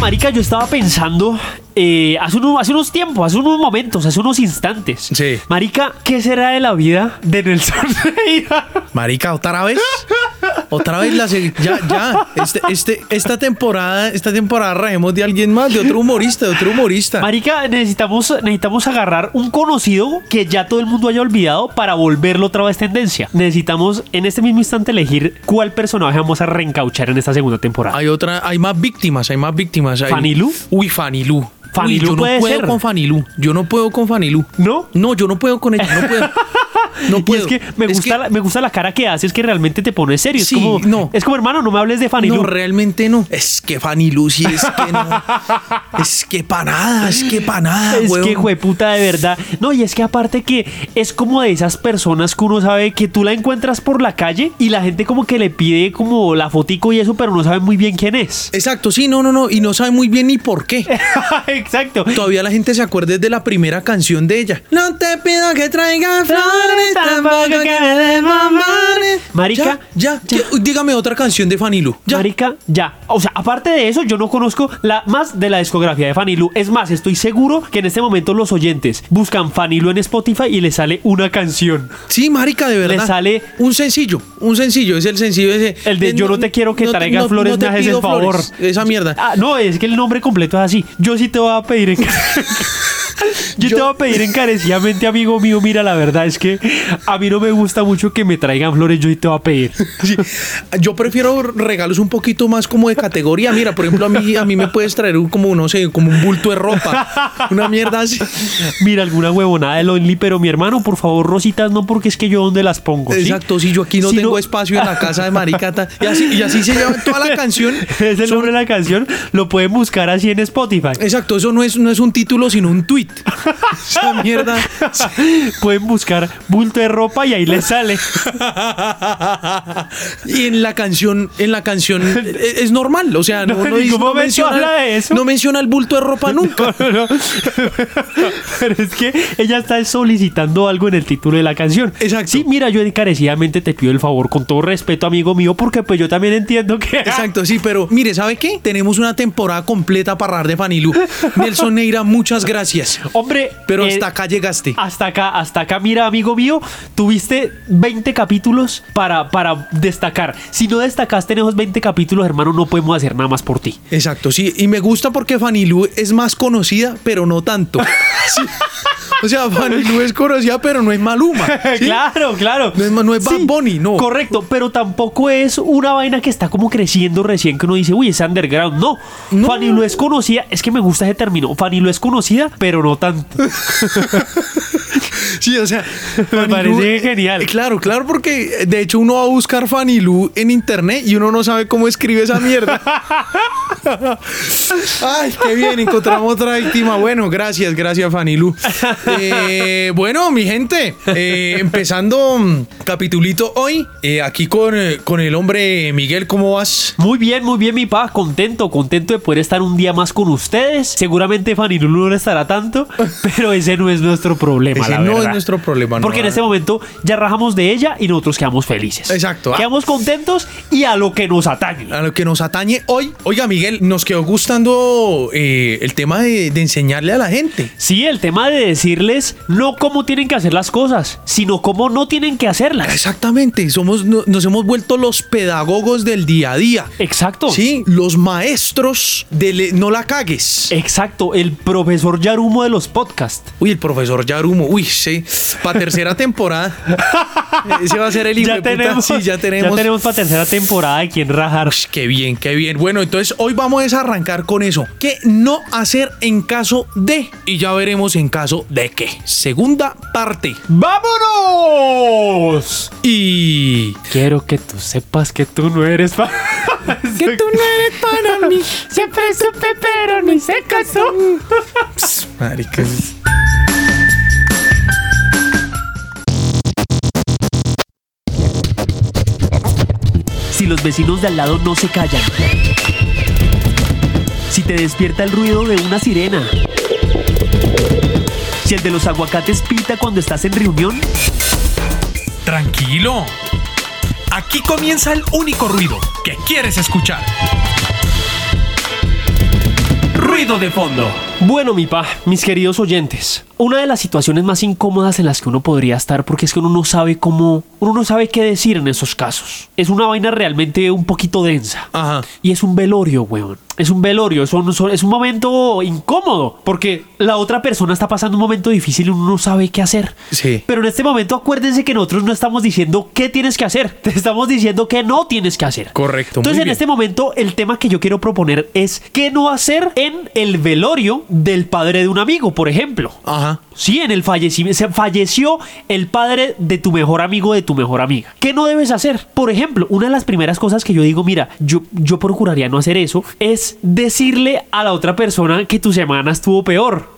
marica, yo estaba pensando eh, hace, unos, hace unos tiempos, hace unos momentos, hace unos instantes. Sí. Marica, ¿qué será de la vida de Nelson Reina? Marica, otra vez. Otra vez la se- ya ya este, este esta temporada esta temporada rajemos de alguien más, de otro humorista, de otro humorista. Marica, necesitamos, necesitamos agarrar un conocido que ya todo el mundo haya olvidado para volverlo otra vez tendencia. Necesitamos en este mismo instante elegir cuál personaje vamos a reencauchar en esta segunda temporada. Hay otra, hay más víctimas, hay más víctimas. Hay... ¿Fanilú? Uy, Fanilú. Uy, ¿Fanilú yo no puede puedo ser? con Fanilú. Yo no puedo con Fanilú. ¿No? No, yo no puedo con ella. No puedo. No Y es puedo. Pues que me gusta, La, me gusta la cara que haces que realmente te pone serio. Es Sí, como, no. es como hermano, no me hables de Fanny No, Lu". realmente no. Es que Fanilú sí, es que no. es que pa' nada, es que pa' nada, Es que, Ah, huevón. jueputa, de verdad. No, y es que aparte que es como de esas personas que uno sabe que tú la encuentras por la calle y la gente como que le pide como la fotico y eso, pero no sabe muy bien quién es. Exacto, sí, no, no, no. Y no sabe muy bien ni por qué. Exacto. Todavía la gente se acuerda de la primera canción de ella. No te pido que traiga flores, tampoco que me des mamones. Marica, Ya, ya, que- dígame otra canción de Fanilú. Ya. Marica, ya. O sea, aparte de eso, yo no conozco la más de la discografía de Fanny Lu. Es más, estoy seguro que en este momento los oyentes buscan Fanny Lu en Spotify y les sale una canción. Sí, marica, de verdad. sale- un sencillo, un sencillo, es el sencillo ese. El de Eh, yo no te quiero que no- traigas no- flores, no me te haces el pido favor. flores, esa mierda. Ah, no, es que el nombre completo es así. Yo sí te voy a pedir en- Yo, te Yo- voy a pedir encarecidamente, amigo mío. Mira, la verdad es que a mí no me gusta mucho que me traigan flores. Yo sí te voy a pedir. Sí, Yo prefiero regalos un poquito más como de categoría. Mira, por ejemplo, a mí, a mí me puedes traer un, como, no sé, como un bulto de ropa. Una mierda así. Mira, alguna huevonada de Lonely, pero mi hermano, por favor, rositas no, porque es que yo donde las pongo. ¿sí? Exacto, si yo aquí no Si tengo espacio en la casa de maricata. Y así, y así se llama toda la canción. Es el Son- nombre de la canción. Lo pueden buscar así en Spotify. Exacto, eso no es, no es un título, sino un tweet. Esa mierda. Pueden buscar bulto de ropa y ahí les sale. Y en la canción, en la canción e, es, es normal, o sea, no, No, en no dice- ningún no momento habla de eso. No menciona el bulto de ropa nunca. Pero, pero es que ella está solicitando algo en el título de la canción. Exacto. Sí, mira, yo encarecidamente te pido el favor, con todo respeto, amigo mío, porque pues yo también entiendo que. Exacto, sí, pero mire, ¿sabe qué? Tenemos una temporada completa para hablar de Fanilú. Nelson Neira, muchas gracias. Hombre, Pero eh, hasta acá llegaste. Hasta acá, hasta acá, mira, amigo mío, tuviste 20 capítulos para, para destacar. Si no destacaste en esos 20 capítulos, hermano, no podemos hacer nada más por ti. Exacto, sí, y me gusta porque Fanilú es más conocida, pero no tanto. Sí. O sea, Fanilú es conocida, pero no es Maluma. ¿sí? Claro, claro. No es- no es Bad Bunny, no. Correcto, pero tampoco es una vaina que está como creciendo recién que uno dice, uy, es underground. No. No. Fanny lo es conocida, es que me gusta ese término. Fanny lo es conocida, pero no tanto. Sí, o sea, Me Fanilú- parece genial. Eh, Claro, claro, porque eh, de hecho uno va a buscar Fanilú en internet y uno no sabe cómo escribe esa mierda. Ay, qué bien, encontramos otra víctima. Bueno, gracias, gracias Fanilú. Eh, bueno, mi gente, eh, empezando mm, capitulito hoy, eh, aquí con, eh, con el hombre Miguel, ¿cómo vas? Muy bien, muy bien, mi pa. Contento, contento de poder estar un día más con ustedes. Seguramente Fanny Lulu no estará tanto, pero ese no es nuestro problema. Ese la no es verdad. nuestro problema, no, Porque en la este verdad. momento ya rajamos de ella y nosotros quedamos felices. Exacto. Ah. Quedamos contentos y a lo que nos atañe. A lo que nos atañe hoy. Oiga, Miguel, nos quedó gustando eh, el tema de- de enseñarle a la gente. Sí, el tema de decirles no cómo tienen que hacer las cosas, sino cómo no tienen que hacerlas. Exactamente, somos, no- nos hemos vuelto los pedagogos del día a día. Exacto. Sí, los maestros de le- no la cagues. Exacto, el profesor Yarumo de los podcasts. Uy, el profesor Yarumo, uy, sí, para tercera temporada. Ese va a ser el hijo de Ya puta. tenemos, Sí, ya tenemos. Ya tenemos para tercera temporada de quién rajar. Ush, qué bien, qué bien. Bueno, entonces hoy vamos a arrancar con eso. ¿Qué no hacer en caso de? Y ya veremos en caso de qué. Segunda parte. ¡Vámonos! Y... Quiero que tú sepas que tú no eres para. Que tú no eres para mí. Siempre supe, pero ni se casó. Maricas. Si los vecinos de al lado no se callan. Si te despierta el ruido de una sirena. Si el de los aguacates pita cuando estás en reunión. Tranquilo. Aquí comienza el único ruido que quieres escuchar. Ruido de fondo. Bueno, mi pa, mis queridos oyentes, una de las situaciones más incómodas en las que uno podría estar porque es que uno no sabe cómo, uno no sabe qué decir en esos casos. Es una vaina realmente un poquito densa. Ajá. Y es un velorio, weón. Es un velorio, es un, es un momento incómodo porque la otra persona está pasando un momento difícil y uno no sabe qué hacer. Sí. Pero en este momento acuérdense que nosotros no estamos diciendo qué tienes que hacer, te estamos diciendo qué no tienes que hacer. Correcto, muy Entonces en bien. este momento el tema que yo quiero proponer es qué no hacer en el velorio del padre de un amigo, por ejemplo. Ajá. Sí, en el fallecimiento. Se falleció el padre de tu mejor amigo, de tu mejor amiga. ¿Qué no debes hacer? Por ejemplo, una de las primeras cosas que yo digo, mira, yo, yo procuraría no hacer eso, es decirle a la otra persona que tu semana estuvo peor.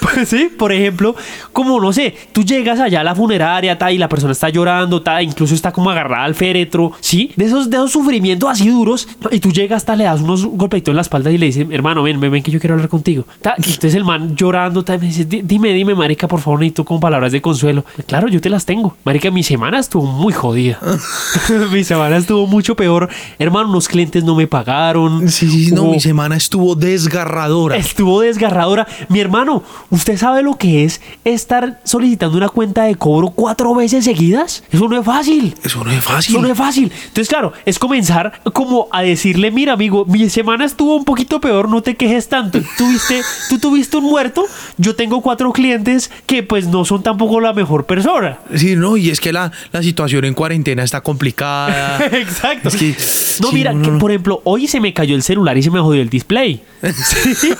Pues sí, por ejemplo, como no sé, tú llegas allá a la funeraria ta, y la persona está llorando, ta, incluso está como agarrada al féretro, ¿sí? De esos, de esos sufrimientos así duros, y tú llegas, ta, le das unos golpeitos en la espalda y le dices, hermano, ven, ven, ven que yo quiero hablar contigo. Ta, y entonces el man llorando, ta, me dice, "Di- dime, dime, marica, por favor, necesito con palabras de consuelo. Claro, yo te las tengo. Marica, mi semana estuvo muy jodida. mi semana estuvo mucho peor. Hermano, unos clientes no me pagaron. Sí, sí, sí, no, Hubo- mi semana estuvo desgarradora. Estuvo desgarradora. Mi hermano, ¿usted sabe lo que es estar solicitando una cuenta de cobro cuatro veces seguidas? Eso no es fácil. Eso no es fácil. Eso no es fácil. Entonces, claro, es comenzar como a decirle, mira, amigo, mi semana estuvo un poquito peor, no te quejes tanto. Tuviste, tú tuviste un muerto, yo tengo cuatro clientes que pues no son tampoco la mejor persona. Sí, no, y es que la, la situación en cuarentena está complicada. Exacto. Ah. Es que- no, sí, mira, no, que, no. por ejemplo, hoy se me cayó el celular y se me jodió el display. Sí.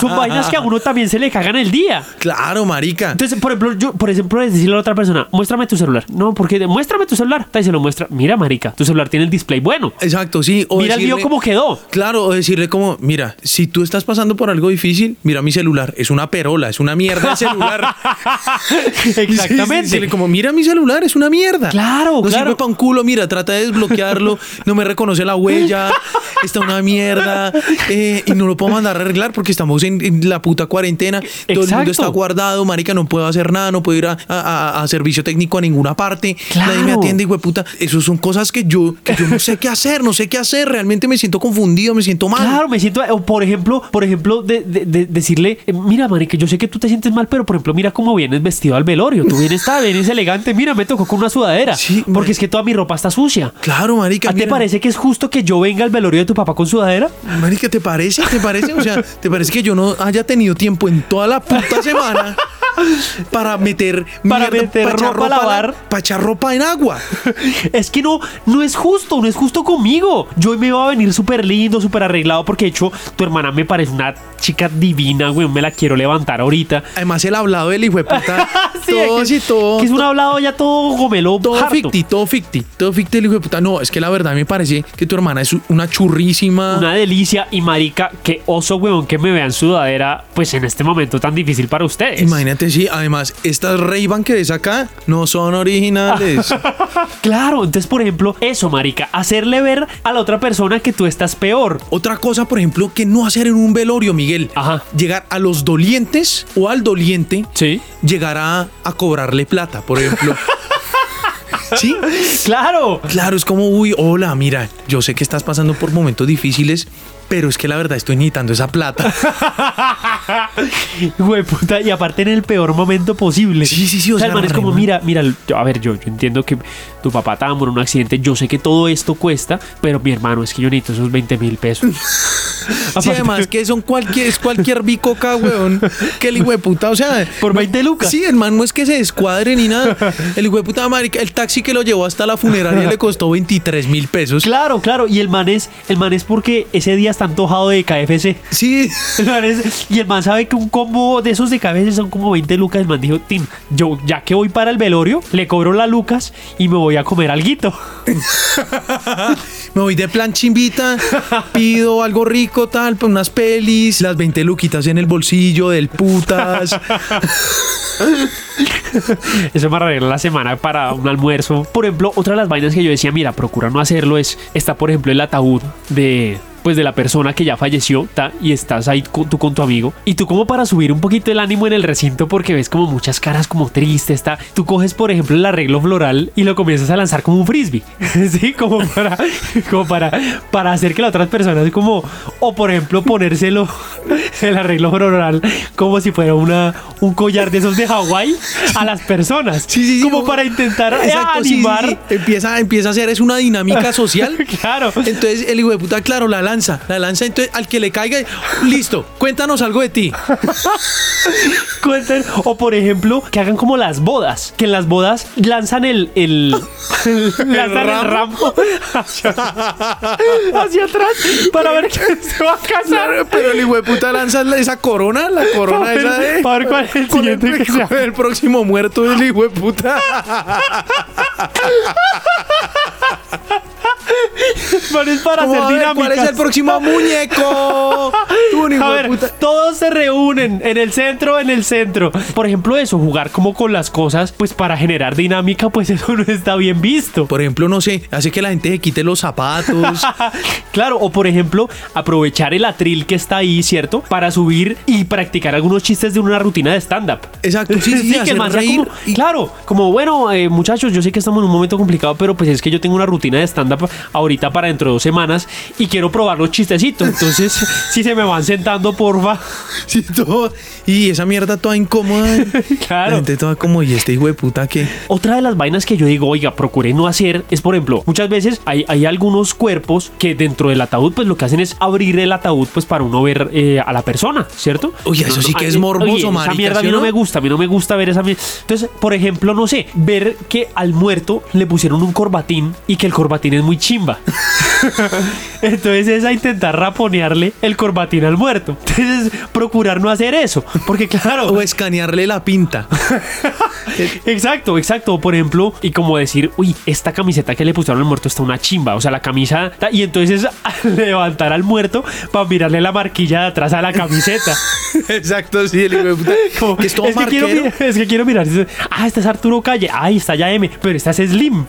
Son vainas que a uno también se le cagan el día. Claro, marica. Entonces, por ejemplo, yo, por ejemplo, es decirle a la otra persona, muéstrame tu celular. No, porque muéstrame tu celular. Ta, Y se lo muestra. Mira, marica, tu celular tiene el display bueno. Exacto, sí. o Mira el mío decirle- cómo quedó. Claro, o decirle como, mira, si tú estás pasando por algo difícil, mira mi celular, es una perola, es una mierda de celular. Exactamente. Sí, sí, sí, como, mira mi celular, es una mierda. Claro, no claro. sirve para un culo, mira, trata de desbloquearlo, no me reconoce la huella, está una mierda, eh, y no lo puedo mandar a arreglar porque estamos en, en la puta cuarentena, todo el Exacto. mundo está guardado, marica, no puedo hacer nada, no puedo ir a, a- a- a servicio técnico a ninguna parte, nadie me Claro. atiende, hijo de puta. Esas son cosas que yo, que yo no sé qué hacer, no sé qué hacer, realmente me siento confundido, me siento mal. Claro, me siento, o por ejemplo, por ejemplo, de, de- de- decirle, eh, mira, marica, yo sé que tú te sientes mal, pero por ejemplo, mira cómo vienes vestido al velorio, tú vienes, está, vienes elegante, mira, me tocó con una sudadera, Sí, porque marica. es que toda mi ropa está sucia. Claro, marica. ¿A ¿Te mira. parece que es justo que yo venga al velorio de tu papá con sudadera? Marica, ¿te parece? ¿Te parece? O sea, ¿te parece que yo no haya tenido tiempo en toda la puta semana para meter Para meter ropa a lavar? Para echar ropa en agua. Es que no, no es justo, no es justo conmigo. Yo hoy me iba a venir súper lindo, súper arreglado, porque de hecho tu hermana me parece una chica divina, güey, me la quiero levantar ahorita. Además, el hablado del hijo de puta. Sí, todo, que- Ah, sí, todo. Que es un hablado ya todo gomelo, Todo harto. ficti, todo ficti, todo ficti el hijo de puta. No, es que la verdad me parece que tu hermana es una churrísima. Una delicia y marica, que oso, weón, que me vean sudadera, pues en este momento tan difícil para ustedes. Imagínate, sí. Además, estas ray que ves acá no son originales. Claro, entonces, por ejemplo, eso, marica, hacerle ver a la otra persona que tú estás peor. Otra cosa, por ejemplo, que no hacer en un velorio, Miguel. Ajá. Llegar a los dolientes o al doliente. Sí. Llegar a, a cobrarle plata, por ejemplo. ¿Sí? Claro. Claro, es como, uy, hola, mira, yo sé que estás pasando por momentos difíciles, pero es que la verdad estoy necesitando esa plata. Güey, puta, y aparte en el peor momento posible. Sí, sí, sí, o O sea, el sea, man es re como, mal. mira, mira, yo- a ver, yo, yo entiendo que tu papá está en un accidente, yo sé que todo esto cuesta, pero mi hermano, es que yo necesito esos 20 mil pesos. Sí, Aparte- además que son cualquier, es cualquier bicoca, weón, que el hijo de puta, o sea... Por 20 lucas. Sí, hermano, no es que se descuadre ni nada. El hijo de puta, marica, el taxi que lo llevó hasta la funeraria le costó 23 mil pesos. Claro, claro. Y el man es, el man es porque ese día está antojado de KFC. Sí, El man es- y el man sabe que un combo de esos de KFC son como 20 lucas. El man dijo, Tim, yo ya que voy para el velorio, le cobro las lucas y me voy a comer alguito. Me voy de plan chimbita, pido algo rico, tal, pues, unas pelis, las 20 luquitas en el bolsillo del putas. Eso me arregla la semana para un almuerzo. Por ejemplo, otra de las vainas que yo decía, mira, procura no hacerlo es, está por ejemplo el ataúd de, pues de la persona que ya falleció ta, y estás ahí con, tú con tu amigo y tú como para subir un poquito el ánimo en el recinto porque ves como muchas caras como tristes, ta, tú coges por ejemplo el arreglo floral y lo comienzas a lanzar como un frisbee, sí, como para como para para hacer que la otra persona es como o por ejemplo ponérselo el arreglo floral como si fuera una un collar de esos de Hawái a las personas, Sí, sí, sí, como o- para intentar Exacto, sí, sí, animar sí. Empieza, empieza a hacer, es una dinámica social. Claro. Entonces el hijo de puta, claro, la lanza, la lanza, entonces al que le caiga, listo, cuéntanos algo de ti. Cuenten- O por ejemplo, que hagan como las bodas. Que en las bodas lanzan el. el, lanzan el ramo hacia, hacia atrás para ver quién se va a casar. Pero el hijo de puta lanza la- esa corona, la corona Para ver- esa de... para ver cuál es el con siguiente que sea. con el próximo muerto del hijo de puta. Pero es para Vamos hacer a ver, ¿Cuál es el dinámicas. próximo muñeco? Tú, un hijo A de ver, puta. todos se reúnen en el centro, en el centro. Por ejemplo, eso, jugar como con las cosas, pues para generar dinámica, pues eso no está bien visto. Por ejemplo, no sé, hace que la gente se quite los zapatos. claro, o por ejemplo, aprovechar el atril que está ahí, ¿cierto? Para subir y practicar algunos chistes de una rutina de stand-up. Exacto, sí, sí, que hacer el man sea reír como- y- Claro, como bueno, eh, muchachos, yo sé que estamos en un momento complicado, pero pues es que yo tengo una rutina de stand-up ahorita para dentro de dos semanas y quiero probar los chistecitos. Entonces, si se me van sentando, porfa. Sí, todo. Y esa mierda toda incómoda. Claro. La gente toda como, y este hijo de puta que. Otra de las vainas que yo digo, oiga, procure no hacer es, por ejemplo, muchas veces hay, hay algunos cuerpos que dentro del ataúd, pues lo que hacen es abrir el ataúd, pues para uno ver eh, a la persona, ¿cierto? Oye, eso sí que es ay, morboso, oye, Esa marica, mierda a ¿sí mí o no? no? me gusta, a mí no me gusta ver esa mierda. Entonces, por ejemplo, no sé, ver que al muerto le pusieron un corbatín y que el corbatín es muy chimba. Entonces es a intentar raponearle el corbatín al muerto. Entonces, procurar no hacer eso, porque claro, O escanearle la pinta. Exacto, exacto. Por ejemplo, y como decir, uy, esta camiseta que le pusieron al muerto está una chimba. O sea, la camisa. ta- Y entonces levantar al muerto para mirarle la marquilla de atrás a la camiseta. Exacto, sí, el hijo de puta. Como, que es todo quiero, marquero. mi- es que quiero mirar. dice, Ah, esta es Arturo Calle. Ay, está ya M. Pero esta es Slim.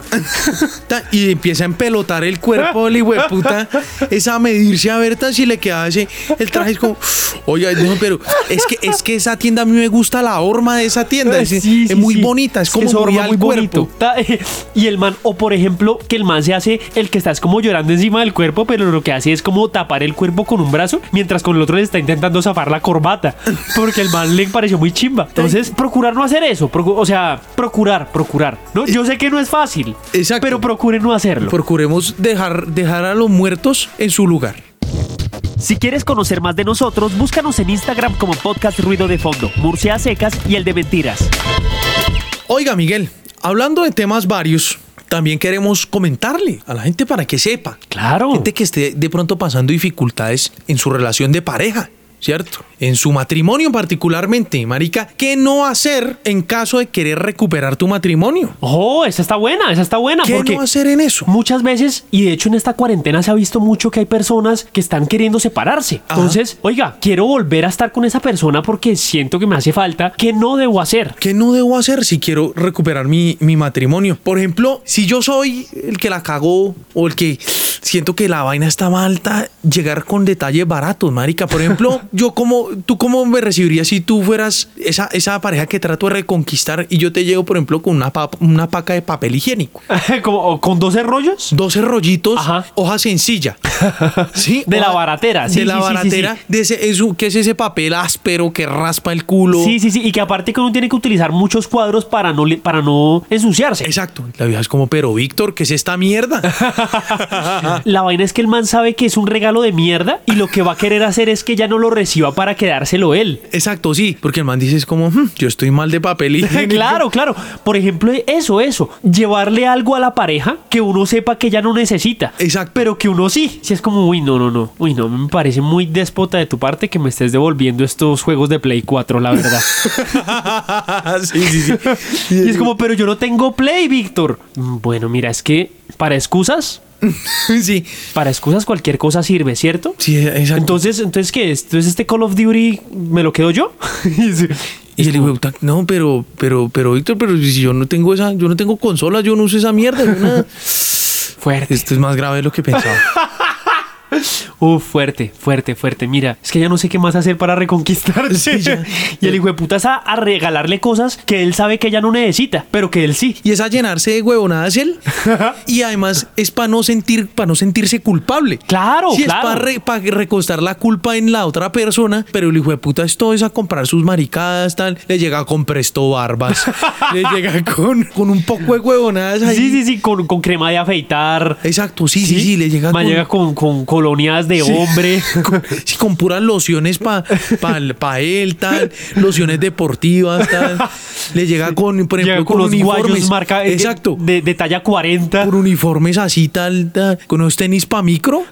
Ta- Y empieza a empelotar el cuerpo el hijo de puta. Es a medirse a ver ta, si le queda ese. El traje es como, oye, no, pero es que, es que esa tienda a mí me gusta la horma de esa tienda. Es, Sí, sí, es sí, muy sí. bonita, es como que su muy forma al muy cuerpo. bonito. Ta- Y el man, o por ejemplo, que el man se hace el que estás como llorando encima del cuerpo, pero lo que hace es como tapar el cuerpo con un brazo, mientras con el otro le está intentando zafar la corbata, porque el man le pareció muy chimba. Entonces, procurar no hacer eso, procu- o sea, procurar, procurar. No, yo sé que no es fácil, Exacto. pero procure no hacerlo. Procuremos dejar, dejar a los muertos en su lugar. Si quieres conocer más de nosotros, búscanos en Instagram como Podcast Ruido de Fondo, Murcia a Secas y el de Mentiras. Oiga, Miguel, hablando de temas varios, también queremos comentarle a la gente para que sepa. Claro. Gente que esté de pronto pasando dificultades en su relación de pareja, ¿cierto? En su matrimonio particularmente, marica, ¿qué no hacer en caso de querer recuperar tu matrimonio? Oh, esa está buena, esa está buena. ¿Qué porque no hacer en eso? Muchas veces, y de hecho en esta cuarentena se ha visto mucho que hay personas que están queriendo separarse. Ajá. Entonces, oiga, quiero volver a estar con esa persona porque siento que me hace falta. ¿Qué no debo hacer? ¿Qué no debo hacer si quiero recuperar mi, mi matrimonio? Por ejemplo, si yo soy el que la cagó o el que siento que la vaina está mal, ta- llegar con detalles baratos, marica. Por ejemplo, yo como, ¿tú cómo me recibirías si tú fueras esa, esa pareja que trato de reconquistar y yo te llego, por ejemplo, con una, pap- una paca de papel higiénico? Como, ¿o ¿Con 12 rollos? 12 rollitos, Ajá. hoja sencilla. ¿Sí? De la hoja- baratera, sí, de la sí, sí, sí, baratera. sí. De ese, eso- ¿Qué es ese papel áspero que raspa el culo? Sí, sí, sí. Y que aparte que uno tiene que utilizar muchos cuadros para no, le- para no ensuciarse. Exacto. La vieja es como, pero Víctor, ¿qué es esta mierda? La vaina es que el man sabe que es un regalo de mierda y lo que va a querer hacer es que ya no lo reciba para quedárselo él. Exacto, sí. Porque el man dice es como, "Hmm, yo estoy mal de papel y claro, claro. Por ejemplo, eso, eso. Llevarle algo a la pareja que uno sepa que ya no necesita. Exacto. Pero que uno sí. Si es como, uy, no, no, no. Uy, no, me parece muy déspota de tu parte que me estés devolviendo estos juegos de Play 4, la verdad. sí, sí, sí. y es como, pero yo no tengo Play, Víctor. Mm, Bueno, mira, es que para excusas, sí, para excusas cualquier cosa sirve, ¿cierto? sí, exacto. Entonces, entonces, ¿qué es? Entonces, este Call of Duty me lo quedo yo. Y sí. y el hijo de puta, no, pero, pero, pero, Víctor, pero si yo no tengo esa, yo no tengo consola, yo no uso esa mierda. yo nada". Fuerte. Esto es más grave de lo que pensaba. Uf, fuerte, fuerte, fuerte. Mira, es que ya no sé qué más hacer para reconquistarte. y el hijo de puta es a, a regalarle cosas que él sabe que ella no necesita, pero que él sí. Y es a llenarse de huevonadas él. y además es para no sentir, para no sentirse culpable. Claro, Sí, claro. es para recostar la culpa en la otra persona, pero el hijo de puta es todo es a comprar sus maricadas, tal. Le llega con presto barbas. le llega con, con un poco de huevonadas ahí. Sí, sí, sí, con, con crema de afeitar. Exacto, sí, sí, sí, le llega Ma, con, llega con, con colonias de hombre. con, sí, con puras lociones para pa, pa él, tal, lociones deportivas, tal. Le llega con, por ejemplo, Llega con, con, los guayos uniformes. marca eh, Exacto. de, de talla 40. Con uniformes así, tal, tal, con unos tenis para micro,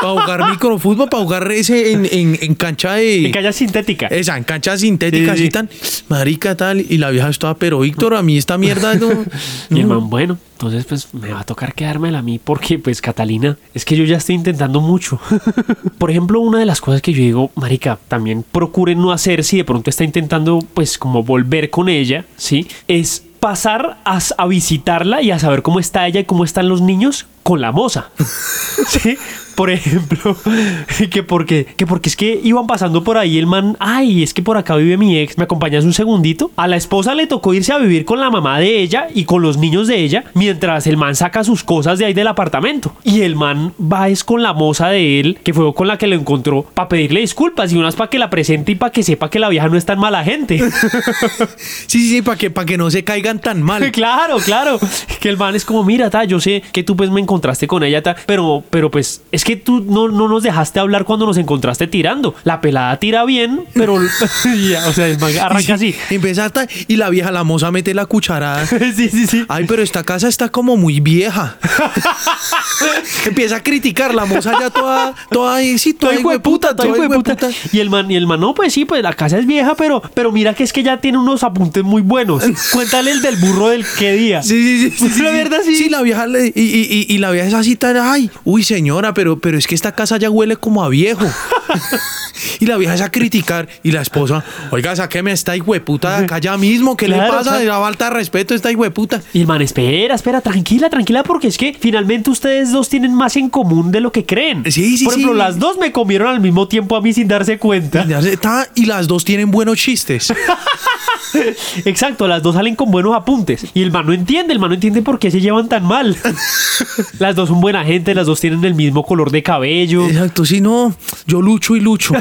para jugar microfútbol, para jugar ese en, en, en cancha de. En calle sintética. Esa, en canchas sintéticas Sí, sí, así tan marica tal, y la vieja estaba, pero Víctor, a mí esta mierda no. Y el no". man, bueno, entonces pues me va a tocar quedármela a mí porque pues Catalina, es que yo ya estoy intentando mucho. Por ejemplo, una de las cosas que yo digo, marica, también procure no hacer si de pronto está intentando pues como volver con ella, ¿sí? Es pasar a, s- a visitarla y a saber cómo está ella y cómo están los niños con la moza. ¿Sí? Por ejemplo, que porque, que porque es que iban pasando por ahí el man, ay, es que por acá vive mi ex, me acompañas un segundito. A la esposa le tocó irse a vivir con la mamá de ella y con los niños de ella, mientras el man saca sus cosas de ahí del apartamento. Y el man va es con la moza de él, que fue con la que lo encontró, para pedirle disculpas y unas para que la presente y para que sepa que la vieja no es tan mala gente. Sí, sí, sí, para que, pa' que no se caigan tan mal. Claro, claro. Que el man es como, mira, ta, yo sé que tú pues me encontraste con ella, ta, pero, pero pues es que tú no, no nos dejaste hablar cuando nos encontraste tirando. La pelada tira bien, pero... Ya, o sea, el man arranca así. Empieza hasta- y la vieja, la moza, mete la cucharada. Sí, sí, sí. Ay, pero esta casa está como muy vieja. Empieza a criticar la moza ya toda, toda, ahí, sí, toda, Todo hijo de puta, todo hijo de puta. Y el man, y el man, no, pues sí, pues la casa es vieja, pero, pero mira que es que ya tiene unos apuntes muy buenos. Cuéntale el del burro del qué día. Sí, sí, sí. La verdad, sí. la vieja le- y, y- y- y la vieja es así tan, ay, uy, señora, pero, pero es que esta casa ya huele como a viejo. y la vieja es a criticar y la esposa, oiga, sáqueme a esta hijueputa de acá ya mismo, ¿qué Claro, le pasa? claro. Le da falta de respeto a esta hijueputa. Y el man, espera, espera, tranquila, tranquila, porque es que finalmente ustedes dos tienen más en común de lo que creen. Eh, Sí, sí, Por ejemplo, sí. las dos me comieron al mismo tiempo a mí sin darse cuenta. Y hace, "Ta", Y las dos tienen buenos chistes. Exacto, las dos salen con buenos apuntes. Y el man no entiende, el man no entiende por qué se llevan tan mal. las dos son buena gente, las dos tienen el mismo color de cabello. Exacto, sí, no, yo lucho y lucho.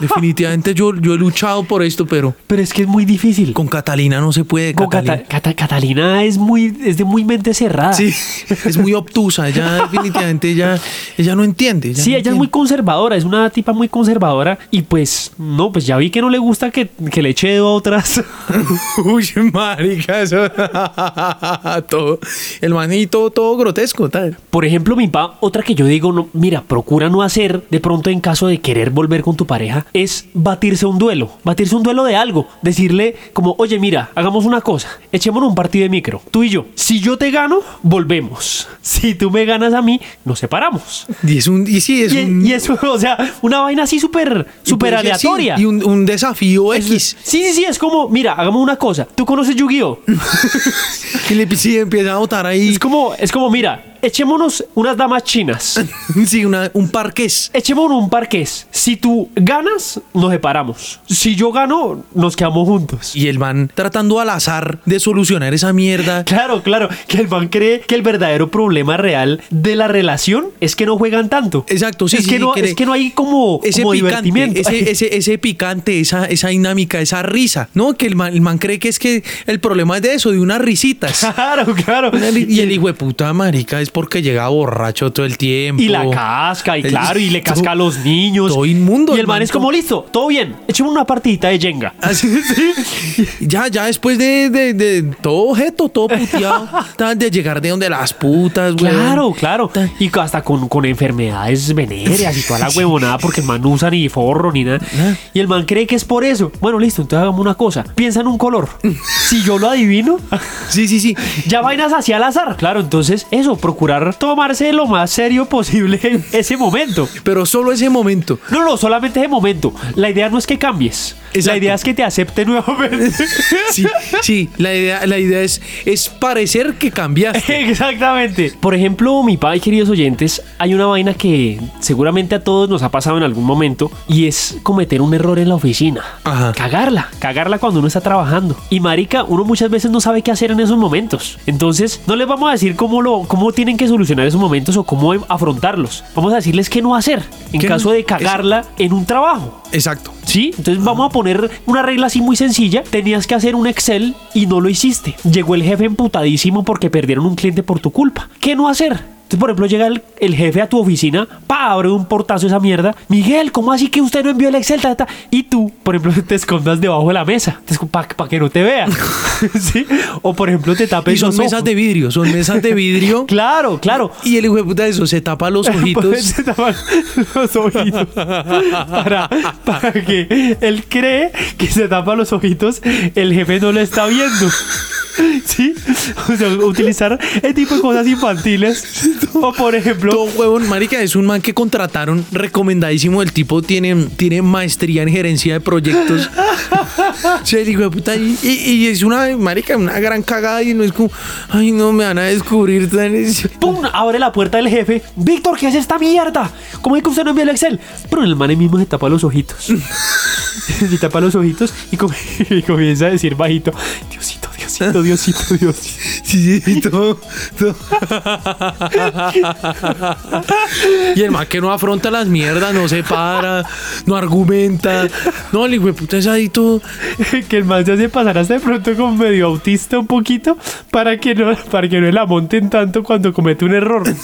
Definitivamente yo, yo he luchado por esto, pero Pero es que es muy difícil. con Catalina no se puede. Con Catalina. Cata- Ah. Cata- Catalina es muy, es de muy mente cerrada. Sí, es muy obtusa, ella definitivamente ella, ella no entiende. Sí, no ella es muy entiende. conservadora, es una tipa muy conservadora y pues no, pues ya vi que no le gusta que, que le eche dedo a otras. Uy, marica, eso. todo. El manito todo grotesco, tal. Por ejemplo, mi pa, otra que yo digo, no, mira, procura no hacer de pronto en caso de querer volver con tu pareja, es batirse un duelo, batirse un duelo de algo, decirle como, oye, mira, hagamos una cosa, echémonos un partido de micro, tú y yo, si yo te gano, volvemos, si tú me ganas a mí, nos separamos. Y es un. Y sí, es Y, un. y eso, o sea, una vaina así súper, súper y pues, sí, aleatoria. Y un, un desafío X. Sí, sí, sí, es como, mira, hagamos una cosa, tú conoces Yu-Gi-Oh. Y le sí, empieza a botar ahí. Es como, es como, mira, echémonos unas damas chinas. Sí, una- un parqués. Echémonos un parqués. Si tú ganas, nos separamos. Si yo gano, nos quedamos juntos. Y el man tratando al azar de solucionar esa mierda. Claro, claro, que el man cree que el verdadero problema real de la relación es que no juegan tanto. Exacto, sí, es sí, que sí, no, que es le- que no hay como, Ese como picante, divertimiento. ese, ese, ese picante, esa, esa dinámica, esa risa, ¿no? Que el man, el man cree que es que el problema es de eso, de unas risitas. Claro, claro. Y el hijo de puta marica es porque llega borracho todo el tiempo. Y la casca, y Es- claro, y le casca a los niños. todo inmundo, Y el man hermano. es como, listo, todo bien, echemos una partidita de Jenga. Así, sí. Ya, ya después de, de- de todo objeto, todo puteado, tal, de llegar de donde las putas, güey. Claro, claro. Y co- hasta con, con enfermedades venéreas y toda la huevonada porque el man no usa ni forro ni nada. Ah. Y el man cree que es por eso. Bueno, listo, entonces hagamos una cosa. Piensa en un color. Si yo lo adivino, Sí, sí, sí. ya vainas hacia al azar. Claro, entonces eso, procurar tomarse lo más serio posible ese momento. Pero solo ese momento. No, no, solamente ese momento. La idea no es que cambies. La Exacto. idea es que te acepte nuevamente. Sí, sí, la idea, la idea es, es parecer que cambiaste. Exactamente. Por ejemplo, mi padre, queridos oyentes, hay una vaina que seguramente a todos nos ha pasado en algún momento y es cometer un error en la oficina. Ajá. Cagarla, cagarla cuando uno está trabajando. Y marica, uno muchas veces no sabe qué hacer en esos momentos. Entonces, no les vamos a decir cómo lo cómo tienen que solucionar esos momentos o cómo afrontarlos. Vamos a decirles qué no hacer en ¿Qué no? caso de Es- cagarla en un trabajo. Exacto. ¿Sí? Entonces vamos a poner una regla así muy sencilla. Tenías que hacer un Excel y no lo hiciste. Llegó el jefe emputadísimo porque perdieron un cliente por tu culpa. ¿Qué no hacer? Entonces, por ejemplo, llega el, el jefe a tu oficina, pa, abre un portazo esa mierda. Miguel, ¿cómo así que usted no envió el Excel? Ta, ta, ta? Y tú, por ejemplo, te escondas debajo de la mesa, para que no te vean. ¿Sí? O por ejemplo, te tapes Y son los mesas ojos. de vidrio, son mesas de vidrio. Claro, claro. Y el hijo de puta de eso se tapa los ojitos. Se tapan los ojitos. Para, para que él cree que se tapa los ojitos, el jefe no lo está viendo. ¿Sí? O sea, utilizar el tipo de cosas infantiles. O por ejemplo, Todo huevón, marica, es un man que contrataron, recomendadísimo. El tipo tiene, tiene maestría en gerencia de proyectos. O sea, el hijo de puta, y, y- y es una, marica, una gran cagada. Y no es como, ay, no me van a descubrir tan. ¡pum! Abre la puerta del jefe. Víctor, ¿qué es esta mierda? ¿Cómo es que usted no envía el Excel? Pero el man ahí mismo se tapa los ojitos. se tapa los ojitos y, com- y comienza a decir bajito: Diosito, Diosito, Diosito, Diosito. Sí, sí, todo, todo. Y el man que no afronta las mierdas, no se para, no argumenta. No, el hijo de puta es ahí todo. que el man se hace pasar hasta de pronto como medio autista un poquito para que no, para que no la monten tanto cuando comete un error.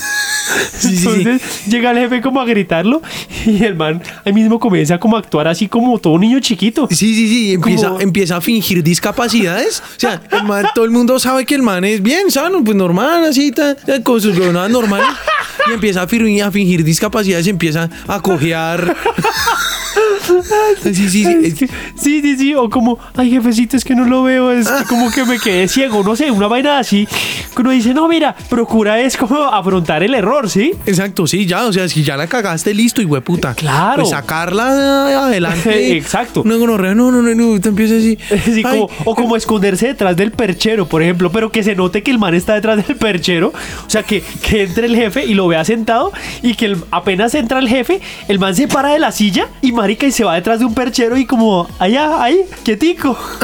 Sí, sí, sí. Entonces llega el jefe como a gritarlo y el man ahí mismo comienza como a actuar así como todo niño chiquito. Sí, sí, sí, empieza, Como- empieza a fingir discapacidades. O sea, el man, todo el mundo sabe que el man es bien sano, pues normal, así, ta- ta, con sus huevonadas normales. Y empieza a, fir- a fingir discapacidades, empieza a cojear. Sí, sí, sí. Es que- sí, sí, sí, o como, ay jefecito, es que no lo veo, es que como que me quedé ciego, no sé, una vaina así, que uno dice, no, mira, procura es como afrontar el error, ¿sí? Exacto, sí, ya, o sea, si ya la cagaste, listo, y puta. Claro. Pues sacarla adelante. Exacto. No, no, no, no, no, no, te empieza así. Sí, Ay, como- o como esconderse detrás del perchero, por ejemplo, pero que se note que el man está detrás del perchero. O sea, que, que entre el jefe y lo vea sentado y que el- apenas entra el jefe, el man se para de la silla y marica y se va detrás de un perchero y como, allá, ahí, quietico.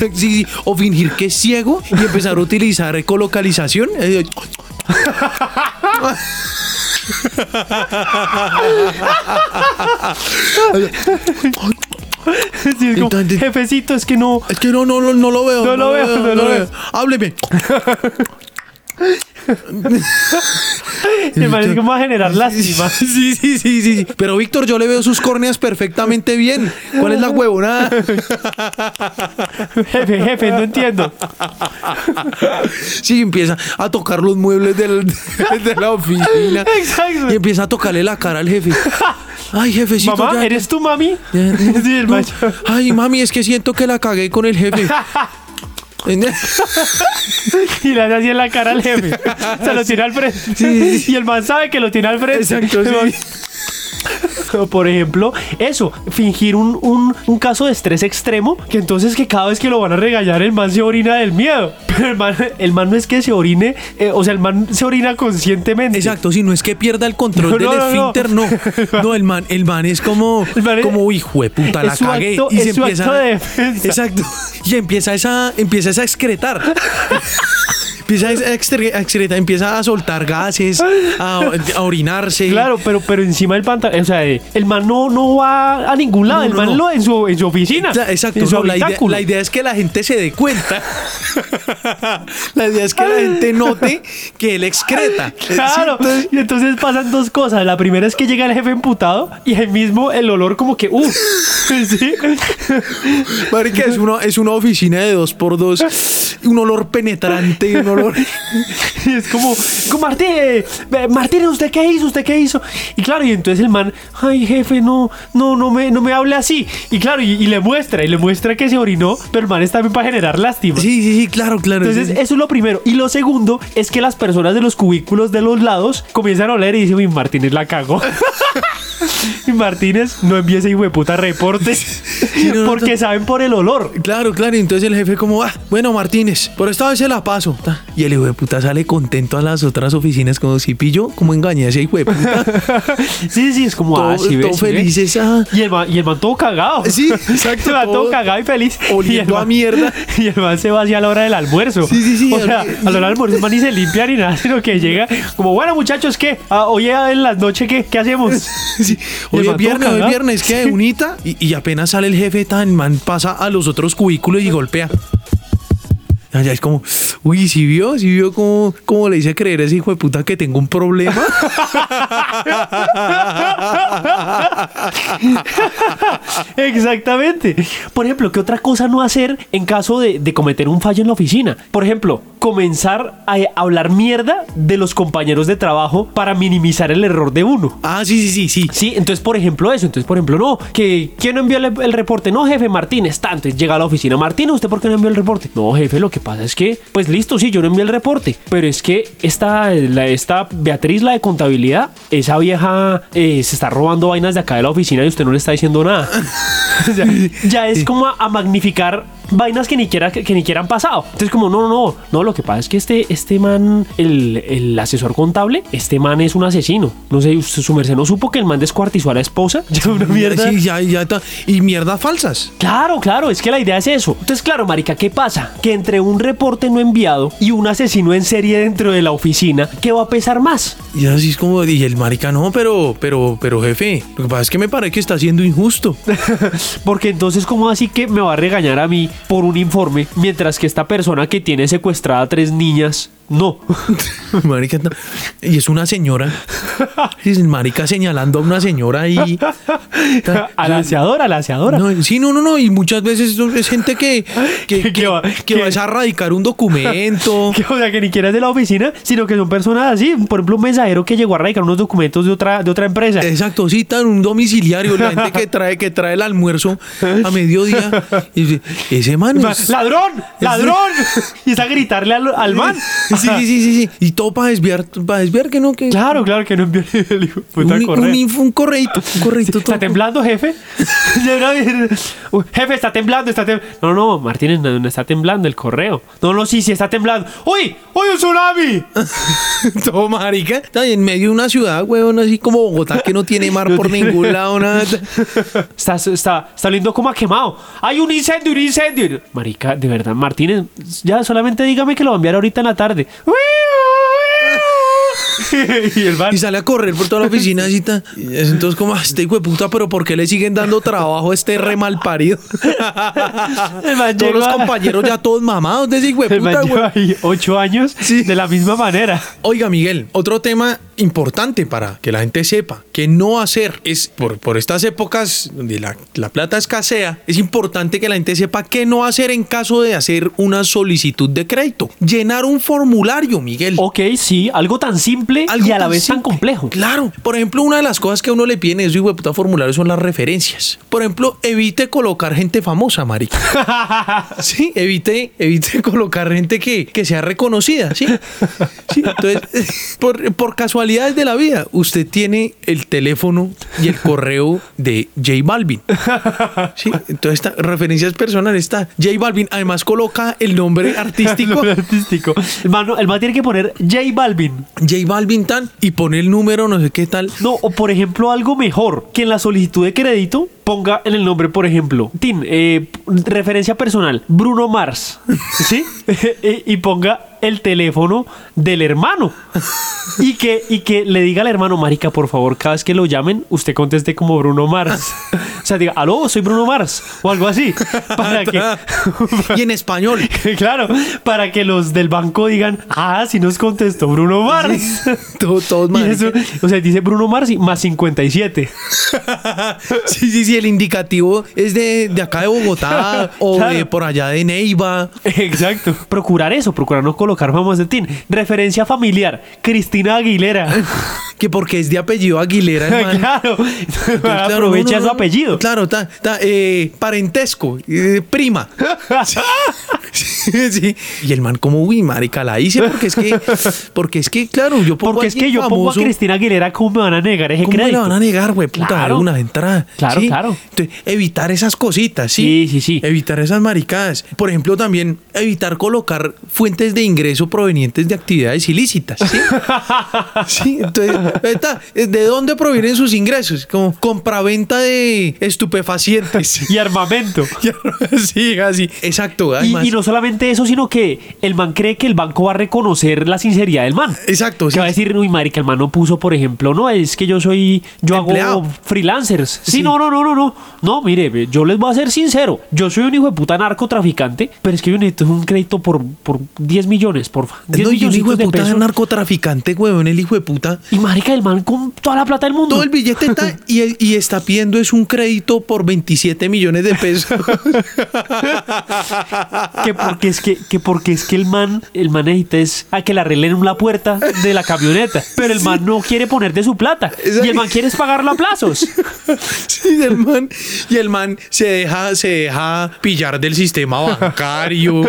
Sí, sí, O fingir que es ciego y empezar a utilizar ecolocalización. Eh, Sí, es como, Entonces- jefecito, es que no... Es que no, no, no, no lo veo. No lo veo, no lo veo. Hábleme. El man es como va a generar lástima. Sí, sí, sí, sí. sí. Pero Víctor, yo le veo sus córneas perfectamente bien. ¿Cuál es la huevonada? Jefe, jefe, no entiendo. Sí, empieza a tocar los muebles del- de la oficina. Exacto. Y empieza a tocarle la cara al jefe. Ay, jefecito. Mamá, ya- ¿eres tú, mami? ya- Sí, el no. man- Ay, mami, es que siento que la cagué con el jefe. Y le hace así en la cara al jefe. Se lo tiene al frente. Sí, sí, Y el man sabe que lo tiene al frente. Exacto, sí. O, Por ejemplo, eso, fingir un, un- un caso de estrés extremo, que entonces que cada vez que lo van a regañar el man se orina del miedo. Pero el man, el man no es que se orine, eh, o sea, el man se orina conscientemente. Exacto, si no es que pierda el control No, del no, no, no. esfínter, no. No, el man, el man es como, El man es- como uy, puta, es la su cagué. acto- y es se su empieza. acto de defensa. Exacto. Y empieza esa, empieza esa excretar. Empieza a excre- a excretar, empieza a soltar gases, a, a orinarse. Claro, pero, pero encima del pantalón, o sea, eh, el man no, no va a ningún lado, No, el no, man no. lo en su, en su oficina. Cla- Exacto, en su no, la, idea, habitáculo. la idea es que la gente se dé cuenta. la idea es que la gente note que él excreta. Claro, Sí, entonces- y entonces pasan dos cosas. La primera es que llega el jefe emputado y ahí mismo el olor como que, uh, sí. Marica, es una, es una oficina de dos por dos, un olor penetrante, un colores. es como, como Martín, eh, Martín, ¿usted qué hizo? ¿Usted qué hizo? Y claro, y entonces el man, ay jefe, no, no, no me, no me hable así. Y claro, y, y le muestra, y le muestra que se orinó, pero el man está bien para generar lástima. Sí, sí, sí, claro, claro. Entonces, eh- sí, sí. eso es lo primero. Y lo segundo es que las personas de los cubículos de los lados comienzan a oler y dicen, uy, Martínez la cagó. y Martínez no envía ese hijo de puta reporte no, no, porque no. saben por el olor. Claro, claro. Y entonces el jefe como, ah, bueno, Martínez, por esta vez se la paso. ta. Y el hijo de puta sale contento a las otras oficinas como si pillo, como engañé a ese hijo de puta. Sí, sí, es como Todo- ah, sí, ve, todo sí, ve. felices, ah. Y el, man, y el man todo cagado. Sí, exacto, El man todo, todo cagado y feliz. oliendo y el a mierda. Y el man se va así a la hora del almuerzo. Sí, sí, sí, O a sea, mí- a la hora del almuerzo el man ni se limpia ni nada, sino que llega como, bueno, muchachos, ¿qué? Ah, hoy en las noches, ¿qué? ¿Qué hacemos? Sí. Y el Hoy man todo es viernes, hoy es cagado. viernes, ¿qué? Unita. Y, y apenas sale el jefe, tan man pasa a los otros cubículos y golpea. Ya ya es como, uy, si vio, si vio cómo, cómo le hice creer a ese hijo de puta que tengo un problema. Exactamente. Por ejemplo, ¿qué otra cosa no hacer en caso de, de cometer un fallo en la oficina? Por ejemplo, comenzar a eh, hablar mierda de los compañeros de trabajo para minimizar el error de uno. ah, sí, sí, sí, sí. Sí, entonces por ejemplo eso, entonces por ejemplo no, que ¿quién no envió el, el reporte? No, jefe, Martínez, tanto, llega a la oficina, Martínez, ¿usted por qué no envió el reporte? No, jefe, lo que pasa es que, pues listo, sí, yo no envié el reporte, pero es que esta, la, esta Beatriz, la de contabilidad, esa vieja eh, se está robando vainas de acá de la oficina y usted no le está diciendo nada. O sea, ya es como a, a magnificar vainas que ni, quiera, que, que ni quieran pasado. Entonces, como, no, no, no, no, lo que pasa es que este, este man, el, el asesor contable, este man es un asesino. No sé, su, su merced no supo que el man descuartizó a la esposa. Ya una mierda. Sí, ya, ya está. Y mierdas falsas. Claro, claro, es que la idea es eso. Entonces, claro, marica, ¿qué pasa? Que entre un reporte no enviado y un asesino en serie dentro de la oficina, ¿qué va a pesar más? Y así es como, y el marica, no, pero, pero, pero jefe, lo que pasa es que me parece que está siendo injusto. Porque entonces, ¿cómo así que me va a regañar a mí por un informe mientras que esta persona que tiene secuestrada a tres niñas, no? Marica, no. y es una señora. Es el marica señalando a una señora ahí. a la aseadora, a la aseadora. No, sí, no, no, no. Y muchas veces es gente que, que, Que- que que- va- que que- va es a radicar un documento. Que, o sea, que ni siquiera es de la oficina, sino que son personas así. Por ejemplo, un mensajero que llegó a radicar unos documentos de otra, de otra empresa. Exacto, sí, tan un domiciliario, la gente que trae, que trae el almuerzo a mediodía. Y dice, ese man Va, es- ¡Ladrón! ¡Ladrón! y está a gritarle al, al man. Sí, sí, sí, sí, sí. Y todo para desviar, para desviar que no, que Claro, pues, claro que no envió el hijo de puta un, correo. un info, un correíto, un correíto todo. ¿Está temblando, jefe? Yo no- Uy, jefe, está temblando, está temblando. No, no, Martínez, no, no está temblando el correo. No, no, sí, sí, está temblando. ¡Uy! ¡Uy, un tsunami! Todo marica. Está en medio de una ciudad, weón, así como Bogotá, que no tiene mar por ningún lado, nada. Está, está, está oliendo como a quemado. ¡Hay un incendio, un incendio! Marica, de verdad, Martínez, ya solamente dígame que lo va a enviar ahorita en la tarde. y el man, Y sale a correr por toda la oficina, así está. Y es Entonces, como, "Ah, este hijo de puta, pero ¿por qué le siguen dando trabajo a este re mal parido? el man todos llegó los a- compañeros ya todos mamados de ese hijo de el man puta, lleva weón. ahí ocho años Sí. de la misma manera. Oiga, Miguel, otro tema importante para que la gente sepa que no hacer es por, por estas épocas donde la, la plata escasea, es importante que la gente sepa qué no hacer en caso de hacer una solicitud de crédito. Llenar un formulario, Miguel. Ok, sí, algo tan simple Algo y a la tan vez tan simple. complejo. Claro. Por ejemplo, una de las cosas que a uno le piden en esos hijo de puta formularios son las referencias. Por ejemplo, evite colocar gente famosa, marica. Sí, evite, evite colocar gente que, que sea reconocida, ¿sí? Sí, entonces, por, por casualidades de la vida, usted tiene el teléfono y el correo de J Balvin. Sí, entonces, está- referencias personales está. J Balvin además coloca el nombre artístico. Lo artístico. El man, no- el man tiene que poner J Balvin. J Balvin tan y pone el número, no sé qué tal. No, o por ejemplo, algo mejor, que en la solicitud de crédito ponga en el nombre, por ejemplo, Tin, eh, referencia personal, Bruno Mars, ¿sí? Eh, y y ponga el teléfono del hermano. Y que, y que le diga al hermano, marica, por favor, cada vez que lo llamen, usted conteste como Bruno Mars. O sea, diga, aló, soy Bruno Mars, o algo así. Para que, Ah, y en español. claro, para que los del banco digan, ah, sí nos contestó Bruno Mars. Todo- Todos Y marica. eso, o sea, dice Bruno Mars y más 57. sí, sí, si el indicativo es de, de acá de Bogotá o Claro. de por allá de Neiva. Exacto. Procurar eso, procurar no colocar Mamacetín. Referencia familiar, Cristina Aguilera. Que porque es de apellido Aguilera, el man. claro. Entonces, claro, Aprovecha no, no, su no. apellido. Claro, ta- ta- eh, parentesco, eh, prima. Sí, sí. Y el man como, uy, marica, la hice porque es que, porque es que, claro, yo pongo Porque a es que alguien yo pongo a famoso, Cristina Aguilera, ¿cómo me van a negar ese ¿Cómo me crédito? la van a negar, güey? Puta, Claro. de una entrada. Claro, Sí. claro. Entonces, evitar esas cositas, ¿sí? Sí, sí, sí. Evitar esas maricadas. Por ejemplo, también evitar colocar fuentes de ingreso provenientes de actividades ilícitas, ¿sí? Sí, entonces, está, ¿de dónde provienen sus ingresos? Como compraventa de estupefacientes. y armamento. sí, así. Exacto, Y, además. y no solamente eso, sino que el man cree que el banco va a reconocer la sinceridad del man. Exacto, Que sí. va a decir, uy, marica, el man no puso, por ejemplo, no, es que yo soy, yo Empleado. hago freelancers. Sí, Sí. no, no, no, no, no. No, mire, yo les voy a ser sincero. Yo soy un hijo de puta narcotraficante, pero es que yo necesito un crédito por, por 10 millones, porfa. 10 No, y el milloncitos hijo de puta pesos. es narcotraficante, huevón, el hijo de puta. Y marica, el man con toda la plata del mundo. Todo el billete está y, y está pidiendo es un crédito por 27 millones de pesos. Que porque es que, que porque es que el man, el man necesita es a que le arreglen la puerta de la camioneta. Pero el man no quiere poner de su plata. Exacto. Y el man quiere es pagarlo a plazos. Sí, el man- y el man se deja, se deja pillar del sistema bancario.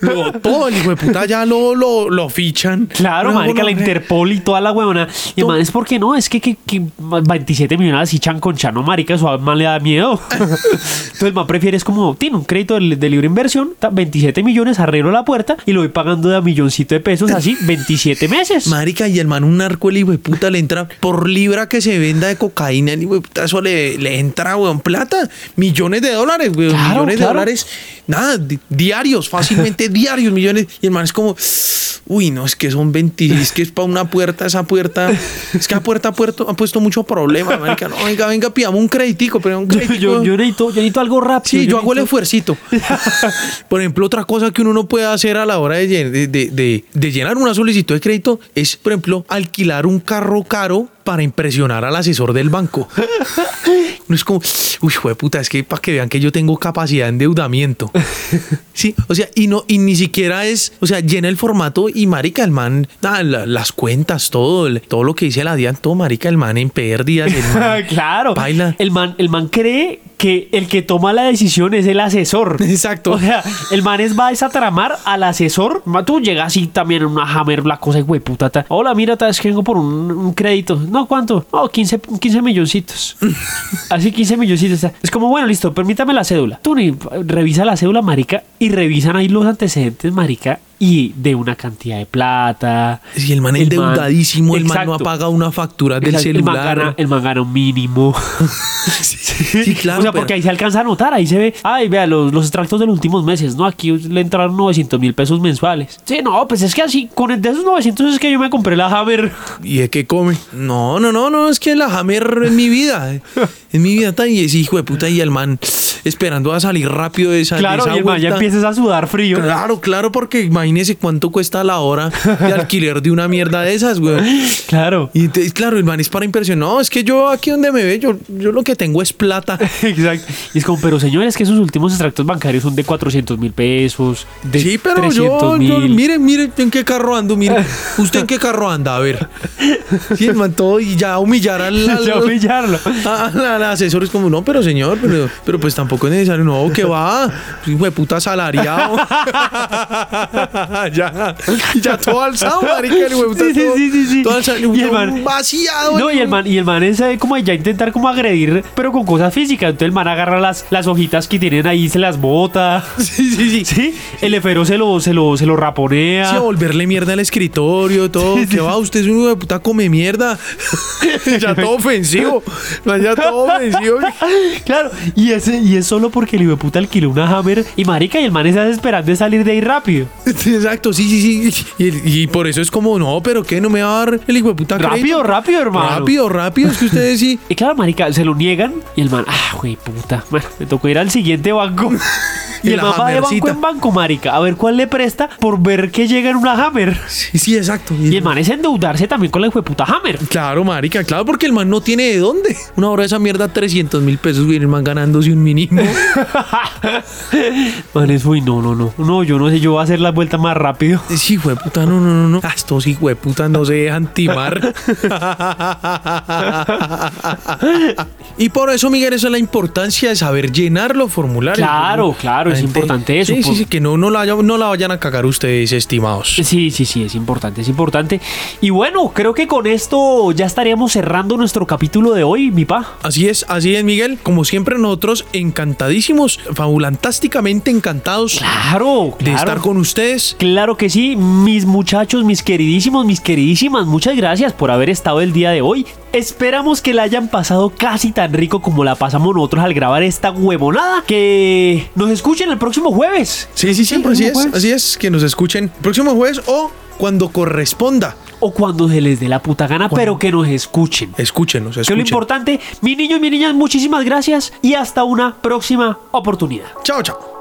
lo, todo el hijo de puta ya lo, lo, lo fichan. Claro, Luego marica, lo la re- Interpol y toda la huevona. Y el man es porque no, es que, que, que 27 millones así chan con chano, marica, eso a man le da miedo. Entonces el man prefiere es como, tiene un crédito de, de libre inversión, ta- 27 millones, arreglo la puerta y lo voy pagando de a milloncito de pesos así 27 meses. Marica, y el man un narco, el hijo de puta le entra por libra que se venda de cocaína, el hijo de puta, eso le, le entra, weón, plata, millones de dólares, weón, Claro, millones claro. de dólares, nada, di- diarios, fácilmente diarios, millones, y el man es como, uy, no, es que son 20, es que es para una puerta, esa puerta, es que a puerta a puerto ha puesto mucho problema, marica, no, venga, venga, pidamos un creditico, pero un creditico. Yo, yo necesito, yo necesito algo rápido. Sí, yo hago el necesito- esfuercito. Por ejemplo, otra cosa que uno no puede hacer a la hora de, llen- de- de- de- de llenar una solicitud de crédito es, por ejemplo, alquilar un carro caro para impresionar al asesor del banco. No es como, uy, de puta, es que para que vean que yo tengo capacidad de endeudamiento. Sí, o sea, y no, y ni siquiera es, o sea, llena el formato y marica el man, nada, la- las cuentas, todo, el- todo lo que dice la DIAN, todo marica el man en pérdidas. el man- claro. Baila. El man, el man cree que el que toma la decisión es el asesor. Exacto. O sea, el man es, va es a tramar al asesor. Ma, Tú llegas así también en una Hammer, la cosa de hueputa. ta. Hola, mira, ta, es que vengo por un, un crédito. No, ¿cuánto? No, 15, 15 milloncitos. así 15 milloncitos. ta. Es como, bueno, listo, permítame la cédula. Tú ni- revisa la cédula, marica, y revisan ahí los antecedentes, marica. Y de una cantidad de plata. Y el man man- endeudadísimo, el man no ha Exacto. pagado una factura del Exacto, celular. El man gana, el man gana un mínimo. Sí, claro. o sea, pero- porque ahí se alcanza a notar, ahí se ve, ay, vea, los, los extractos de los últimos meses, ¿no? Aquí le entraron 900 mil pesos mensuales. Sí, no, pues es que así, con el- de esos 900 es que yo me compré la Hammer. ¿Y es que come? No, no, no, no, es que la Hammer es mi vida. eh. Es mi vida tan y es hijo de puta y el man esperando a salir rápido de esa de Claro, esa y el man ya vuelta. empiezas a sudar frío. Claro, claro, porque imagínese cuánto cuesta la hora de alquiler de una mierda de esas, güey. Claro. Y te- claro, el man es para impresionar. No, es que yo aquí donde me ve, yo, yo lo que tengo es plata. Exacto. Y es como, pero señores, que esos últimos extractos bancarios son de 400 mil pesos. De sí, pero yo, 300 yo, mil. mire, mire, en qué carro ando, mire. ¿Usted en qué carro anda? A ver. Sí, el man todo y ya humillar al, al- Ya humillarlo. Ah, la- la asesor es como, no, pero señor, pero, pero pues tampoco es necesario, no, que va, hijo de puta asalariado. ya, ya todo alzado, marica, el hijo de puta Sí, sí, todo- sí, sí, sí. todo alzado, Y el man- vaciado. No, y el man, y el man es eh, como ya intentar como agredir, pero con cosas físicas. Entonces el man agarra las, las hojitas que tienen ahí, se las bota. Sí, sí, sí. ¿Sí? El efero se lo, se lo, se lo raponea. Sí, a volverle mierda al escritorio, todo. Sí, sí, que va, usted es un hijo de puta come mierda. ya todo ofensivo. man, Ya todo ofensivo. claro, y, ese, y es solo porque el hijo de puta alquiló una Hammer y marica y el man está esperando de salir de ahí rápido. Sí, Exacto, sí, sí, sí. Y, y por eso es como, no, pero ¿qué? No me va a dar el hijo de puta crédito? Rápido, rápido, hermano. Rápido, rápido. Es que ustedes sí. Y claro, marica, se lo niegan y el man, ah, güey, puta, bueno, me tocó ir al siguiente banco. Y, Y el la man va de banco hammercita. en banco, marica. A ver cuál le presta por ver que llega en una Hammer. Sí, sí, exacto. Y el man es endeudarse también con la puta Hammer. Claro, marica, claro, porque el man no tiene de dónde. Una hora de esa mierda, 300 mil pesos, güey, el man ganándose un mínimo. man, es uy, no, no, no. No, yo no sé, yo voy a hacer la vuelta más rápido. Sí, güey, puta, no, no, no, no. Ah, Estos hijos de puta no se dejan timar. y por eso, Miguel, esa es la importancia de saber llenar los formularios. Claro, ¿no? claro, La es importante eso, Sí, por- sí, sí, que no, no, la, haya- no la vayan a cagar ustedes, estimados. Sí, sí, sí, es importante, es importante. Y bueno, creo que con esto ya estaríamos cerrando nuestro capítulo de hoy, mi pa. Así es, así es, Miguel. Como siempre, nosotros encantadísimos, fabulantásticamente encantados Claro, de claro. estar con ustedes. Claro que sí, mis muchachos, mis queridísimos, mis queridísimas, muchas gracias por haber estado el día de hoy. Esperamos que la hayan pasado casi tan rico como la pasamos nosotros al grabar esta huevonada. Que nos escuchen el próximo jueves. Sí, sí, siempre, así el es. próximo Así es, que nos escuchen próximo jueves o cuando corresponda. O cuando se les dé la puta gana, pero que nos escuchen. Escúchenos, Que es lo escuchen. importante, mis niños y mis niñas, muchísimas gracias y hasta una próxima oportunidad. Chao, chao.